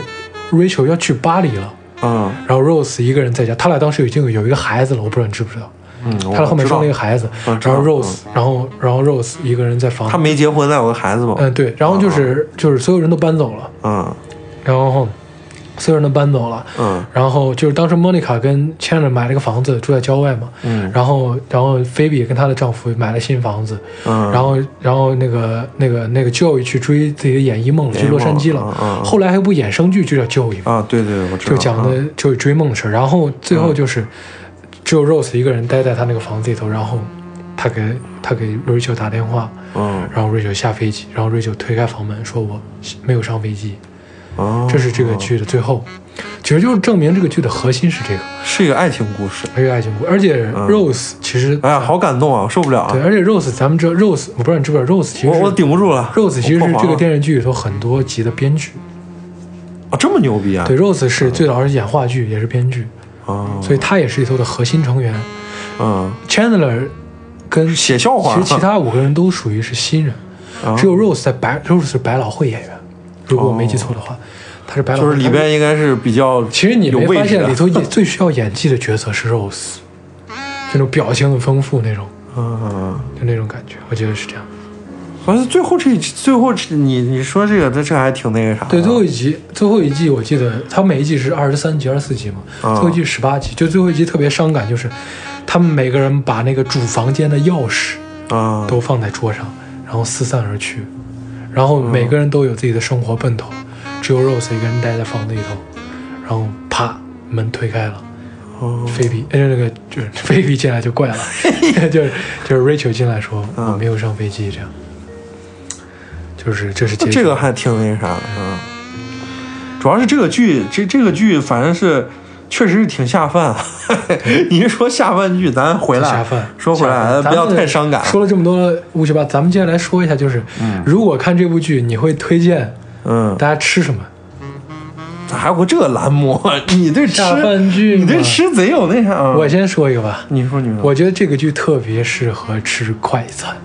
Rachel 要去巴黎了，嗯然后 Rose 一个人在家，他俩当时已经有有一个孩子了，我不知道你知不知道，嗯，他俩后面生了一个孩孩子，嗯然知道后 Rose，然后然后 Rose 一个人在房嗯他，没结婚，但有个孩子嘛，嗯对，然后就是就是所有人都搬走了。嗯然后所有人都搬走了。嗯然后就是当时 Monica 跟 Chandler 买了个房子住在郊外嘛，嗯然后然后菲比跟她的丈夫买了新房子，嗯，然后然后那个那个那个 Joey 去追自己的演艺梦了，演艺去梦洛杉矶嗯嗯了。嗯后来还有部衍生剧就叫 Joey，嘛啊对对，我知道，就讲的就是追梦的事儿。然后最后嗯就是只有 Rose 一个人待在她那个房子里头，然后她给她给 Rachel 打电话。嗯然后 Rachel 下飞机，然后 Rachel 推开房门说：“我没有上飞机。”嗯，哦这是这个剧的最后，其实就是证明这个剧的核心是这个，是一个爱情故事，还有爱情故事。而且 Rose 其实，哎呀，好感动嗯啊，我受不了啊对，，而且 Rose 咱们知道 Rose，我不知道你知不知道 Rose 其实我是我顶不住了 Rose 其实我是破这防个了电视剧里头很多集的编剧。啊这么牛逼啊，对，Rose 是最早是演话剧，也是编剧，啊所以她也是里头的核心成员。嗯 Chandler 跟写笑话其实其他五个人都属于是新人，啊只有 Rose 在白 Rose 是百老汇演员，如果我没记错的话，她是百老哦就汇是里边应该是比较，其实你有没位发置现的里头演最需要演技的角色是 Rose，就那种表情很丰富那种，嗯，啊就那种感觉，我觉得是这样。好像最后这一集最后这你你说这个，这这还挺那个啥的。对，最后一集，最后一季我记得，它每一季是二十三集、二十四集嘛，啊最后一季十八集，就最后一集特别伤感，就是他们每个人把那个主房间的钥匙啊，都放在桌上，然后四散而去，然后每个人都有自己的生活奔头，只有 Rose 一个人待在房子里头，然后啪门推开了。哦菲比，呃，那个就是菲比进来就怪 了，就是就是 Rachel 进来说嗯我没有上飞机，这样，就是这是结局这个还挺那啥的，嗯。主要是这个剧，这这个剧反正是确实是挺下饭。 你一说下饭剧，咱回来下饭说回下来，饭不要咱们太伤感。说了这么多乌七八，咱们接下来说一下，就是、如果看这部剧，你会推荐嗯，大家吃什么？还有个这个栏目， 你对吃下饭剧嘛你对吃贼有那啥。啊我先说一个吧，你说你说，我觉得这个剧特别适合吃快餐，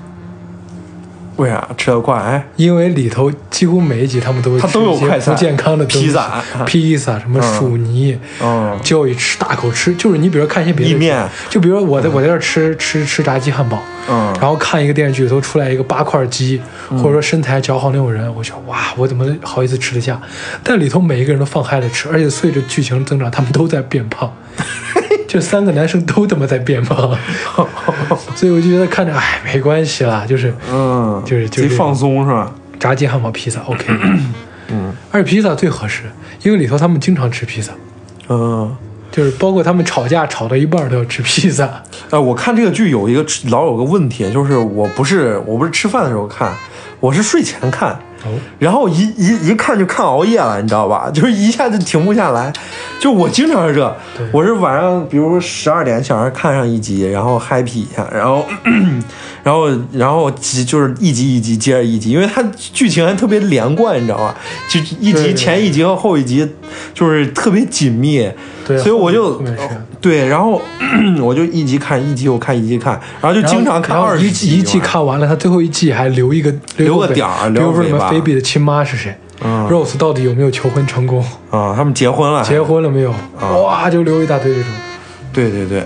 为啥吃的快？哎，因为里头几乎每一集他们都会它都吃有一些快餐不健康的东西披萨披萨什么薯泥，嗯就一吃大口吃，就是你比如看一些别的意面，就比如我在我在这儿吃吃吃炸鸡汉堡，嗯然后看一个电视剧里头出来一个八块鸡，或者说身材姣好那种人，我觉得哇，我怎么好意思吃得下？但里头每一个人都放开了吃，而且随着剧情增长，他们都在变 胖，这三个男生都他妈在变胖，所以我就觉得看着哎没关系啦，就是嗯，就是就是贼放松是吧？炸鸡汉堡披萨 OK，嗯，而且披萨最合适，因为里头他们经常吃披萨。嗯，就是包括他们吵架吵到一半儿都要吃披萨，哎，我看这个剧有一个老有个问题，就是我不是我不是吃饭的时候看，我是睡前看。哦，然后一一一看就看熬夜了，你知道吧？ 就是一下就停不下来。就我经常是这对，我是晚上，比如说十二点想着看上一集，然后 happy 一下，然后 咳咳然后然后集就是一集一集接着一集，因为它剧情还特别连贯，你知道吧？就一对集对前一集和后一集就是特别紧密，对所以我就后面是对，然后 咳咳我就一集看一集又看一集看，然后就然后 经常看然后二一十季一季看完了，他最后一季还留一个留个个点儿比如留个说什尾么巴菲比的亲妈是谁、嗯 r o s e 到底有没有求婚成功，啊，他们结婚了，结婚了没有，嗯哇，就留一大堆这种。对对 对，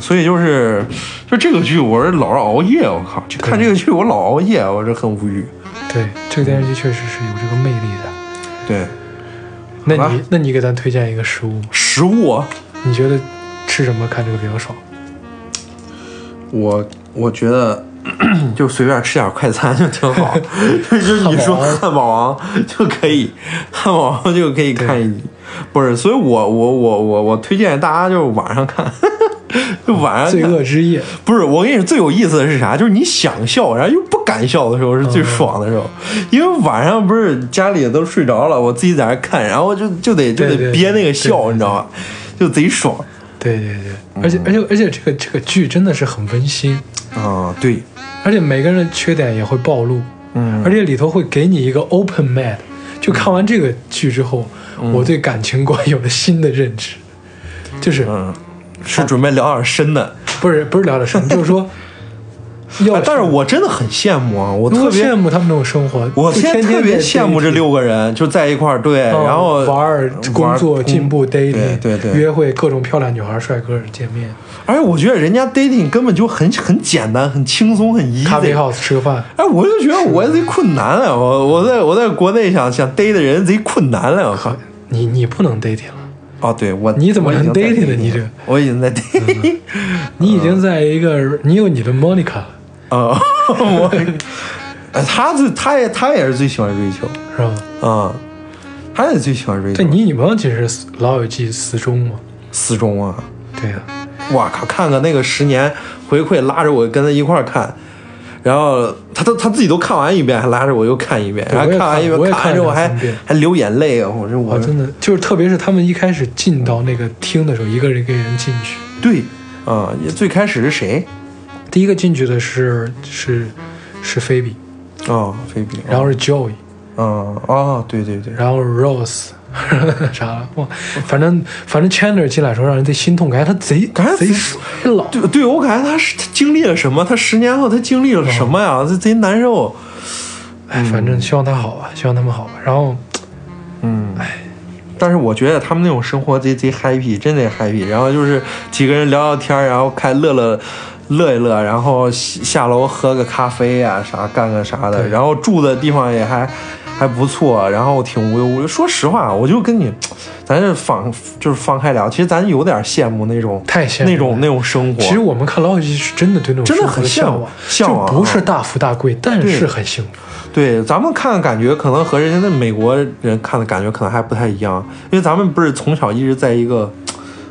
所以就是，就这个剧，我是老是熬夜，我靠，就看这个剧我老熬夜，我这很无语。对，这个嗯电视剧确实是有这个魅力的。对，那好吧你那你给咱推荐一个食物，食物，啊你觉得吃什么看这个比较爽？我我觉得 就随便吃点快餐 就挺 好，就是你说汉堡王 就可以，汉堡王 就可以看一集，不是，所以我我我我我推荐大家就是晚上看， 就晚上看罪恶之夜，不是，我跟你说最有意思的是啥？就是你想笑，然后又不敢笑的时候是嗯最爽的时候，因为晚上不是家里都睡着了，我自己在那看，然后就就得就对得对憋那个对笑，对你知道吧？就贼爽对对对，嗯而且而且而且这个这个剧真的是很温馨，啊！对，而且每个人的缺点也会暴露，嗯而且里头会给你一个 open mind，就看完这个剧之后，嗯我对感情观有了新的认知，就是嗯，是准备聊点深的，不是不是聊的深，就是 说，要哎但是我真的很羡慕啊，我特特别羡。慕他们那种生活，我就现在天天特别在羡慕这 daily，六个人，就在一块儿，对，嗯然后嗯玩儿、工作、进步、对 daily，对对，约会各种漂亮女孩、帅哥见面，而且我觉得人家 dating 根本就很很简单、很轻松、很 easy。咖啡 house 吃个饭，哎，我就觉得我贼困难了，我我在我在国内想想逮的人贼困难了，我靠！你你不能 dating 了，哦，对我你怎么能我已经在 dating 呢 dating 你这嗯了我已经在 dating 你已呃经在一个你有你的 Monica 了，啊，我哎他最他也他也是最喜欢追求是吧？啊，他也最喜欢追求，对你女朋友其实是《老友记》死忠嘛，四中啊，对呀、哇靠，看看那个十年回馈，拉着我跟他一块儿看。然后他都他自己都看完一遍，还拉着我又看一遍，对然后我也完一看我遍，也看完之后看了还两三遍还流眼泪啊！我说我哇，真的就是，特别是他们一开始进到那个厅的时候，一个人一个人进去，对啊，也最开始是谁？第一个进去的是是是菲比，哦，菲比，然后是 Joey，嗯，哦，对对对，然后 Rose，啥 了哇，反正反正 Chandler 进来的时候让人贼心痛，感觉他贼感觉贼贼衰老，对对，我感觉他是他经历了什么？他十年后他经历了什么呀？这贼难受。哎，反正希望他好吧，希望他们好吧。然后嗯，哎，但是我觉得他们那种生活贼贼 happy，真得 happy。然后就是几个人聊聊天儿，然后开乐乐乐一乐，然后下下楼喝个咖啡啊，啥干个啥的，对然后住的地方也还还不错，然后挺无忧无虑。说实话，我就跟你，咱这放就是放开聊，其实咱有点羡慕那种太羡慕了那种那种生活。其实我们看老友记是真的对那种真的生活很向向往向往嗯就不是大富大贵，但是很幸福。对，咱们看的感觉可能和人家那美国人看的感觉可能还不太一样，因为咱们不是从小一直在一个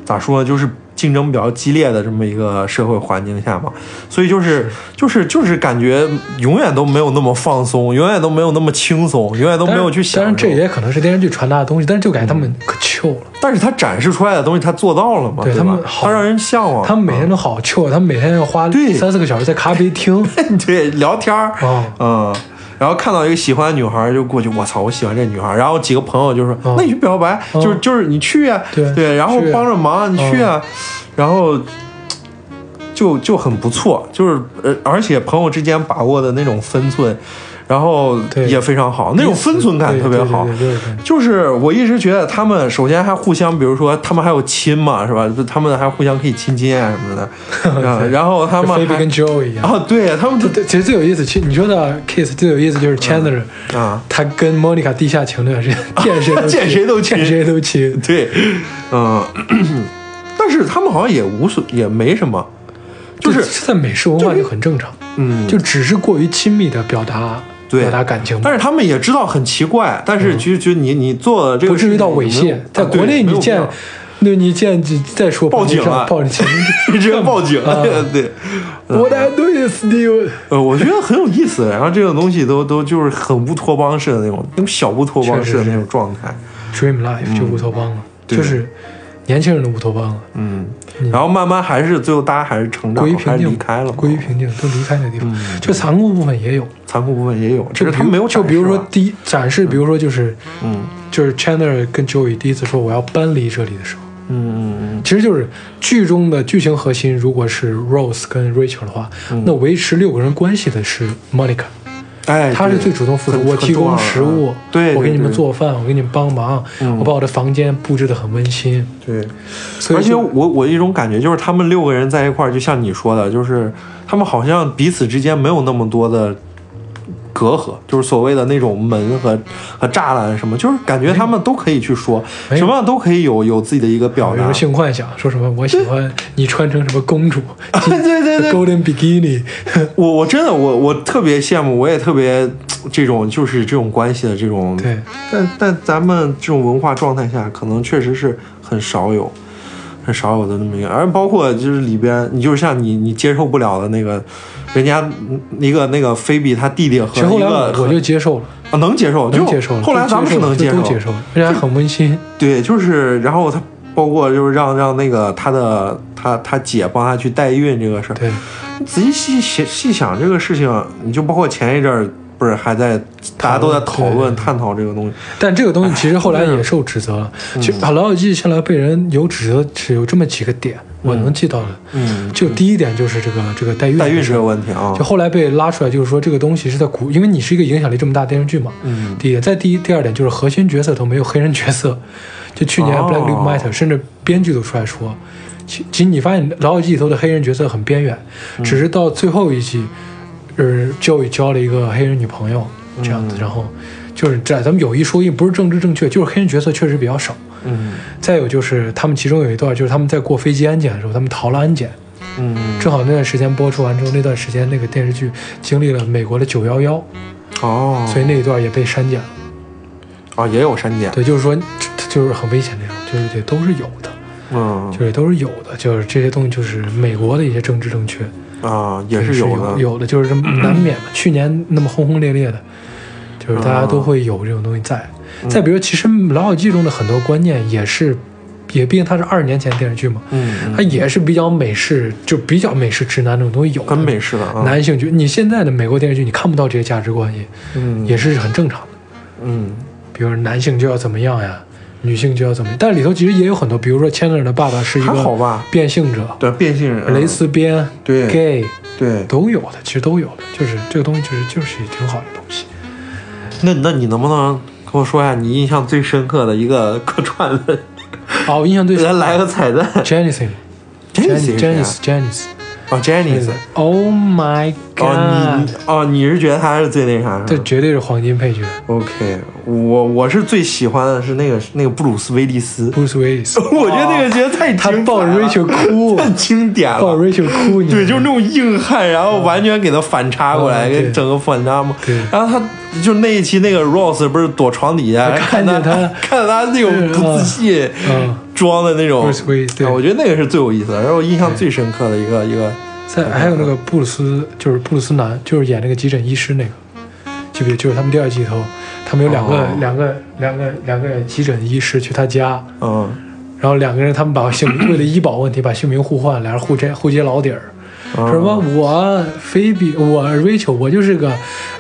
咋说呢，就是竞争比较激烈的这么一个社会环境下嘛，所以就是就是就是感觉永远都没有那么放松，永远都没有那么轻松，永远都没有去想。嗯当然这，也可能是电视剧传达的东西，但是就感觉他们可 chill 了，但是他展示出来的东西他做到了嘛，对吧？他们好他让人向往，他们每天都好 chill，他们每天要花对三四个小时在咖啡 厅 对聊天儿，啊，嗯，然后看到一个喜欢的女孩，就过去，我操，我喜欢这女孩。然后几个朋友就说，嗯那你去表白，嗯就是就是你去啊，对然后去啊嗯帮着忙啊，你去啊，然后就就很不错，就是呃，而且朋友之间把握的那种分寸，然后对也非常好，那种分寸感对特别对对好。对对对就是我一直觉得他们首先还互相，比如说他们还有亲嘛，是吧？就他们还互相可以亲亲啊什 么的，啊然后他就们菲比还跟 Joe 一样。啊，对他们这这其实最有意思，其实你说到 Kiss 最有意思就是 Chandler，、都啊，他跟 Monica 地下情那啊是 见谁都 见谁都亲见谁都亲。 对，嗯，但是他们好像也无所也没什么，就是这在美式文化就很正常，嗯，就只是过于亲密的表达对表达感情，但是他们也知道很奇怪，但是就就你你做的这嗯个不至于到猥事情亵有没有。在啊对国内没你有见 必要，那你见就再说报警啊碰上报警了 直接报警，啊 对， ，What I do is you，呃，我觉得很有意思。然后这种东西都都就是很乌托邦式的那种，那种小乌托邦式的确实那是种状态， Dream Life 就乌托邦了，嗯对就是年轻人的乌托邦了，嗯。然后慢慢还是最后大家还是成长归于了，还平是静，离开了，归于平静，都离开那地方，就残酷部分也有，残酷部分也有，只就是比他如们没有就展比如示啊说吧第一展示，比如说就是嗯就是 Chandler 跟 Joey 第一次说我要搬离这里的时候。嗯嗯嗯，其实就是剧中的剧情核心，如果是 Rose 跟 Rachel 的话，嗯那维持六个人关系的是 Monica，哎，她是对最主动付出，很我很提重要供的食啊物，对，我给对你们对做饭，我给你们帮忙，嗯我把我的房间布置的很温馨，对，所而以且就我我一种感觉就是他们六个人在一块儿，就像你说的，就是他们好像彼此之间没有那么多的隔阂，就是所谓的那种门和和栅栏什么，就是感觉他们都可以去说，没有什么样都可以有有自己的一个表有一达种。 性幻想，说什么我喜欢你穿成什么公主对 对 对，，Golden Bikini，我我真的我我特别羡慕，我也特别这种就是这种关系的这种对，但但咱们这种文化状态下，可能确实是很少有，很少有的那么一个，而包括就是里边，你就是像你你接受不了的那个，人家嗯一个那个菲比他弟弟和其实后一来个我我就接受了，啊能接受，能就接受了，后来咱们是能接接都受，接受了，而且还很温馨，对，就是然后他包括就是让让那个他的他他姐帮他去代孕这个事儿，对，仔细细细细想这个事情，你就包括前一阵儿不是还在大家都在讨论对探讨这个东西，但这个嗯东西其实后来也受指责了。其实《啊老友记》现在被人有指责，是有这么几个点，我能记到的。嗯，就第一点就是这个这个代孕，代孕这个问题啊，就后来被拉出来，就是说这个东西是在鼓，因为你是一个影响力这么大的电视剧嘛。嗯。第一点，再第一第二点就是核心角色都没有黑人角色，就去年哦 Black Lives Matter，、甚至编剧都出来说，其其实你发现《老友记》里头的黑人角色很边缘，嗯只是到最后一季，呃，教育交了一个黑人女朋友这样嗯子，然后就是在咱们有一说一，不是政治正确，就是黑人角色确实比较少。嗯再有就是他们其中有一段就是他们在过飞机安检的时候，他们逃了安检，嗯，正好那段时间播出完之后，那段时间那个电视剧经历了美国的九幺幺，哦，所以那一段也被删减了。哦也有删减，对，就是说，这这就是很危险的那种，就是这都是有的，嗯就是都是有的，就是这些东西就是美国的一些政治正确啊也是是有有的，有的，就是这么难免 嘛。去年那么轰轰烈烈的，就是大家都会有这种东西在。嗯再比如，其实《老友记》中的很多观念也是，也毕竟它是二十年前的电视剧嘛，嗯，它也是比较美式，就比较美式直男这种东西有的很美式的啊，男性就你现在的美国电视剧，你看不到这些价值观也嗯也是很正常的。嗯比如说男性就要怎么样呀，女性就要怎么样，但里头其实也有很多，比如说 Chandler 的爸爸是一还好个吧，变性者，对变性人，蕾丝边、对 gay 对，都有的，其实都有的，就是这个东西就是就是挺好的东西。那那你能不能跟我说一下你印象最深刻的一个客串 的，啊，我印象最来深来个彩蛋啊 Janice，Janice，Janice，Janice，哦，Jenny， Oh my 哦你 god！哦你是觉得他是最那啥？这绝对是黄金配角，OK，我我是最喜欢的是那个那个布鲁斯威利斯， ，Bruce Willis， 我觉得那个角色太他经典抱着了 Rachel 哭， 太经典抱着了。 Rachel 哭，你知道对，吗就是那种硬汉，然后完全给他反差过来，嗯给对整个反差嘛。对然后他就那一期那个 Rose 不是躲床底下，看他见他 看他那种不自信嗯装的那种， Bruce Willis，对啊我觉得那个是最有意思的，然后我印象最深刻的一个一个。在还有那个布鲁斯，就是布鲁斯南，就是演那个急诊医师那个，记不记？就是他们第二季头，他们有两个、哦两个两个两个急诊医师去他家，嗯，然后两个人他们把姓名为了医保问题把姓名互换，俩人互揭互揭老底儿。哦什么？我菲比，我 Rachel，我就是个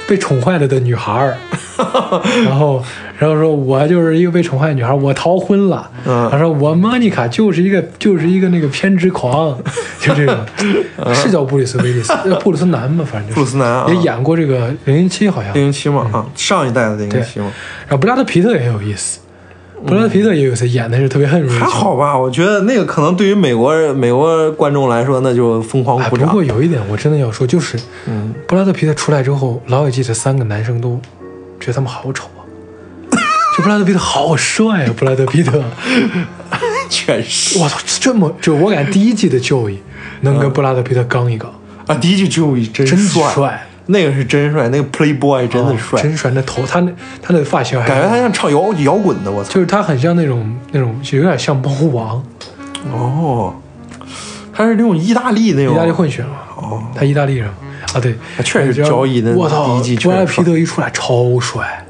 被宠坏了的女孩儿。然后，然后说我就是一个被宠坏的女孩儿，我逃婚了。嗯他说我 Monica 就是一个就是一个那个偏执狂，就这个，是叫布里斯威利斯，呃布鲁斯南嘛，反正就是布鲁斯南啊也演过这个零零七好像。零零七嗯嘛，啊，上一代的零零七嘛，然后布拉德皮特也很有意思，布拉德皮特也有意思，演的是特别恨 Rachel。还好吧？我觉得那个可能对于美国人美国观众来说，那就疯狂哎，鼓不掌过。有一点我真的要说，就是嗯，布拉德皮特出来之后，老友记这三个男生都觉得他们好丑啊， 就布拉德皮特好帅啊，布拉德皮 特，全是我操，这么就我感觉第一季的 Joey 能跟布拉德皮特刚一刚，啊！第一句 Joey 真真帅，帅哦那个是真帅，那个 Playboy 真的帅，真帅，那头他那他那发型还感觉他像唱摇摇滚的，我操！就是他很像那种那种有点像猫王，哦，他是那种意大利那种意大利混血嘛，哦，他意大利人嘛啊对，确实 Joey 的我操，第一季布拉确德皮实帅。特一出来超帅。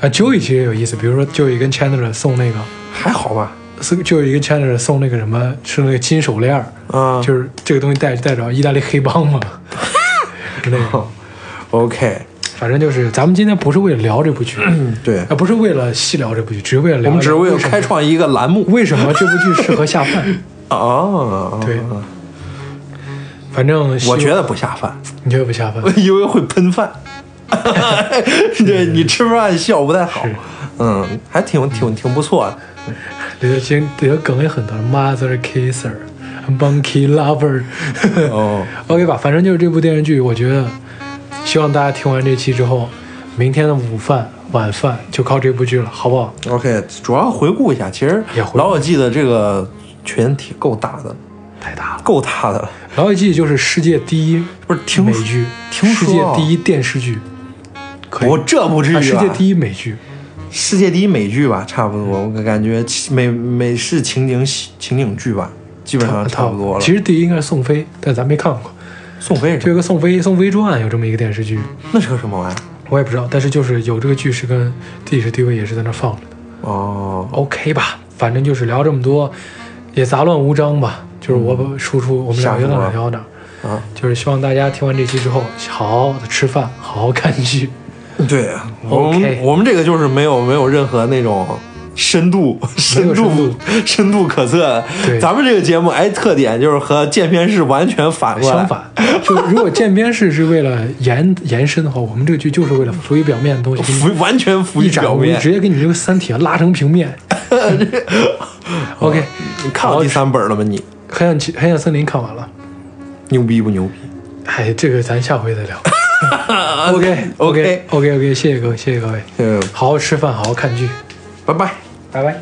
啊，Joey 其实也有意思，比如说 Joey 跟 Chandler 送那个还好吧？是就有一个 Chandler 送那个什么，是那个金手链儿，啊，就是这个东西代代表意大利黑帮 嘛，之类的。 OK，反正就是，咱们今天不是为了聊这部剧， 对啊，，不是为了细聊这部剧，只是为了我聊们只是聊为啊为了什么开创一个栏目为什么这部剧适合下 饭。啊。对啊反正希我望觉得不下饭，你觉得不下饭，因为会喷饭。 对你吃饭效果不太好是，嗯，还挺挺挺不错啊的。里头其实里头梗也很多，Mother Kisser、Monkey Lover 。哦， OK 吧，反正就是这部电视剧，我觉得希望大家听完这期之后，明天的午饭、晚饭就靠这部剧了，好不好？ OK，主要回顾一下，其实也回顾老友记的这个群体够大的，太大了。够大的了。 《老友记》就是世界第一不是听美说剧，听世说界第一电视剧，可以我这不至于吧、啊，世界一第一美剧，世界第一美剧吧，差不多。我感觉美美式情景喜情景剧吧，基本上啊差不多了。啊其实第一应该是宋飞，但咱没看过。宋飞就是什有么个《宋飞宋飞传》有这么一个电视剧，那是个什么玩意儿？我也不知道，但是就是有这个剧是跟历史地位也是在那儿放着的。哦 OK 吧，反正就是聊这么多，也杂乱无章吧。就是我把输出我们俩瞎聊到说哪聊到哪，啊，就是希望大家听完这期之后，好好的吃饭，好好看 剧。对，我们 OK 我们这个就是没有没有任何那种深度、深有深度度、深度可测的对。咱们这个节目哎，特点就是和见片式完全反过来。相，反，就如果渐编式是为了延延伸的话，我们这个剧就是为了浮于表面的东西，给 浮完全浮你于一展表无余，面。直接给你这个《三体》拉成平 面。OK，你看到第三本了吗？你黑暗骑黑暗森林看完了，牛逼不牛逼？哎，这个咱下回再聊。OK OK OK OK，谢谢各位，谢谢各位，嗯，好好吃饭，好好看剧，拜拜。呃拜拜。